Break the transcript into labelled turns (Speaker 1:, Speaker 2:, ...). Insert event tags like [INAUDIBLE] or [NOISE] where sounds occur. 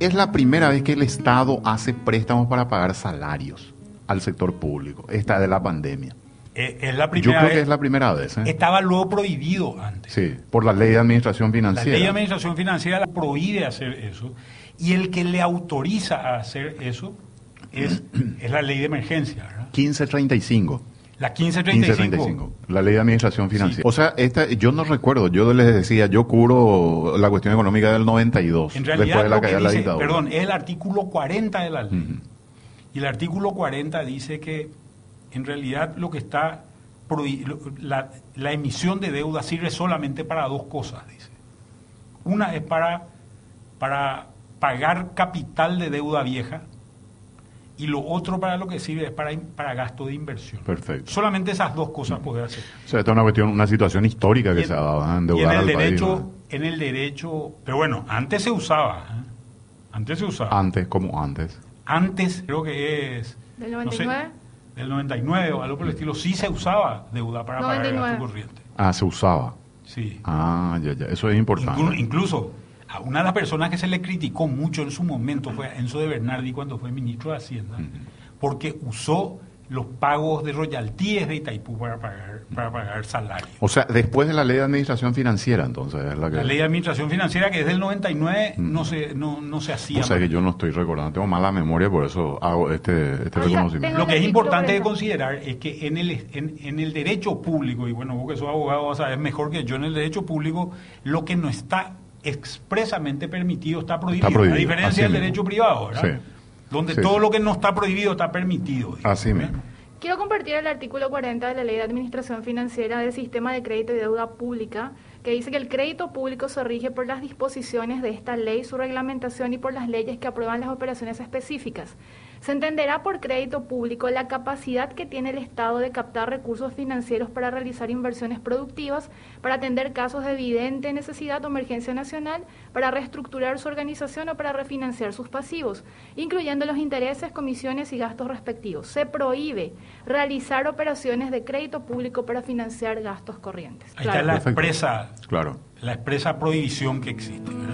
Speaker 1: es la primera vez que el Estado hace préstamos para pagar salarios al sector público, esta de la pandemia.
Speaker 2: Eh, es la
Speaker 1: Yo
Speaker 2: primera
Speaker 1: creo
Speaker 2: vez.
Speaker 1: que es la primera vez. ¿eh?
Speaker 2: Estaba luego prohibido antes.
Speaker 1: Sí, por la ley de administración
Speaker 2: La
Speaker 1: financiera.
Speaker 2: ley de administración financiera la prohíbe hacer eso y el que le autoriza a hacer eso
Speaker 1: [CLEARS THROAT]
Speaker 2: es, es la ley de emergencia, ¿verdad?
Speaker 1: 1535.
Speaker 2: La 1535.
Speaker 1: 1535, la ley de administración financiera. O sea, esta, yo no recuerdo, yo les decía, yo curo la cuestión económica del 92,
Speaker 2: En
Speaker 1: después
Speaker 2: realidad,
Speaker 1: de la
Speaker 2: lo que
Speaker 1: caída de la
Speaker 2: dice-
Speaker 1: dictadura. Mm.
Speaker 2: perdón, es el artículo 40 de la ley.
Speaker 1: Ujú.
Speaker 2: Y el artículo 40 dice que en realidad lo que está prohi- lo- la, la emisión de deuda sirve solamente para dos cosas, dice. Una es para, para pagar capital de deuda vieja y lo otro para lo que sirve es para, in- para gasto de inversión.
Speaker 1: Perfecto.
Speaker 2: Solamente esas dos cosas puede hacer.
Speaker 1: O sea, esta es una cuestión, una situación histórica que
Speaker 2: Y en-
Speaker 1: se ha dado, ¿eh?
Speaker 2: y en
Speaker 1: endeudar
Speaker 2: el
Speaker 1: al
Speaker 2: derecho,
Speaker 1: país. ¿no?
Speaker 2: en el derecho, pero bueno, antes se usaba, ¿eh? antes se usaba.
Speaker 1: Antes, como antes.
Speaker 2: Antes, creo que es...
Speaker 3: ¿Del
Speaker 2: no sé,
Speaker 3: 99?
Speaker 2: del 99 o algo por el estilo, sí se usaba deuda para pagar el
Speaker 3: 99.
Speaker 2: gasto corriente.
Speaker 1: Ah, se usaba.
Speaker 2: Sí.
Speaker 1: Ah, ya, ya. Eso es importante.
Speaker 2: Inclu- incluso a una de las personas que se le criticó mucho en su momento fue a Enzo de Bernardi cuando fue ministro de Hacienda, porque usó los pagos de royalties de Itaipú para pagar, para pagar salario.
Speaker 1: O sea, después de la ley de administración financiera, entonces, es la que...
Speaker 2: La ley de administración financiera, que es del 99, no se, no, no se hacía.
Speaker 1: o sea, que yo no estoy recordando, tengo mala memoria, por eso hago este, este
Speaker 3: O sea,
Speaker 1: reconocimiento.
Speaker 3: tengo-
Speaker 2: Lo que es
Speaker 3: Artículo
Speaker 2: importante de
Speaker 3: 40.
Speaker 2: considerar es que en el, en, en el derecho público, y bueno, vos que sos abogado vas a saber mejor que yo, en el derecho público, lo que no está expresamente permitido está prohibido.
Speaker 1: prohibido,
Speaker 2: A
Speaker 1: así
Speaker 2: diferencia del
Speaker 1: mismo.
Speaker 2: derecho privado, ¿verdad?
Speaker 1: Sí.
Speaker 2: Donde
Speaker 1: Sí,
Speaker 2: todo
Speaker 1: sí.
Speaker 2: lo que no está prohibido está permitido. digamos, ¿eh?
Speaker 1: Así
Speaker 2: ¿verdad?
Speaker 1: mismo.
Speaker 3: Quiero compartir el artículo 40 de la Ley de Administración Financiera del Sistema de Crédito y Deuda Pública, que dice que el crédito público se rige por las disposiciones de esta ley, su reglamentación y por las leyes que aprueban las operaciones específicas. Se entenderá por crédito público la capacidad que tiene el Estado de captar recursos financieros para realizar inversiones productivas, para atender casos de evidente necesidad o emergencia nacional, para reestructurar su organización o para refinanciar sus pasivos, incluyendo los intereses, comisiones y gastos respectivos. Se prohíbe realizar operaciones de crédito público para financiar gastos corrientes.
Speaker 2: Ahí
Speaker 3: Claro.
Speaker 2: está la
Speaker 1: Perfecto.
Speaker 2: expresa,
Speaker 1: Claro.
Speaker 2: la expresa prohibición que existe. ¿verdad?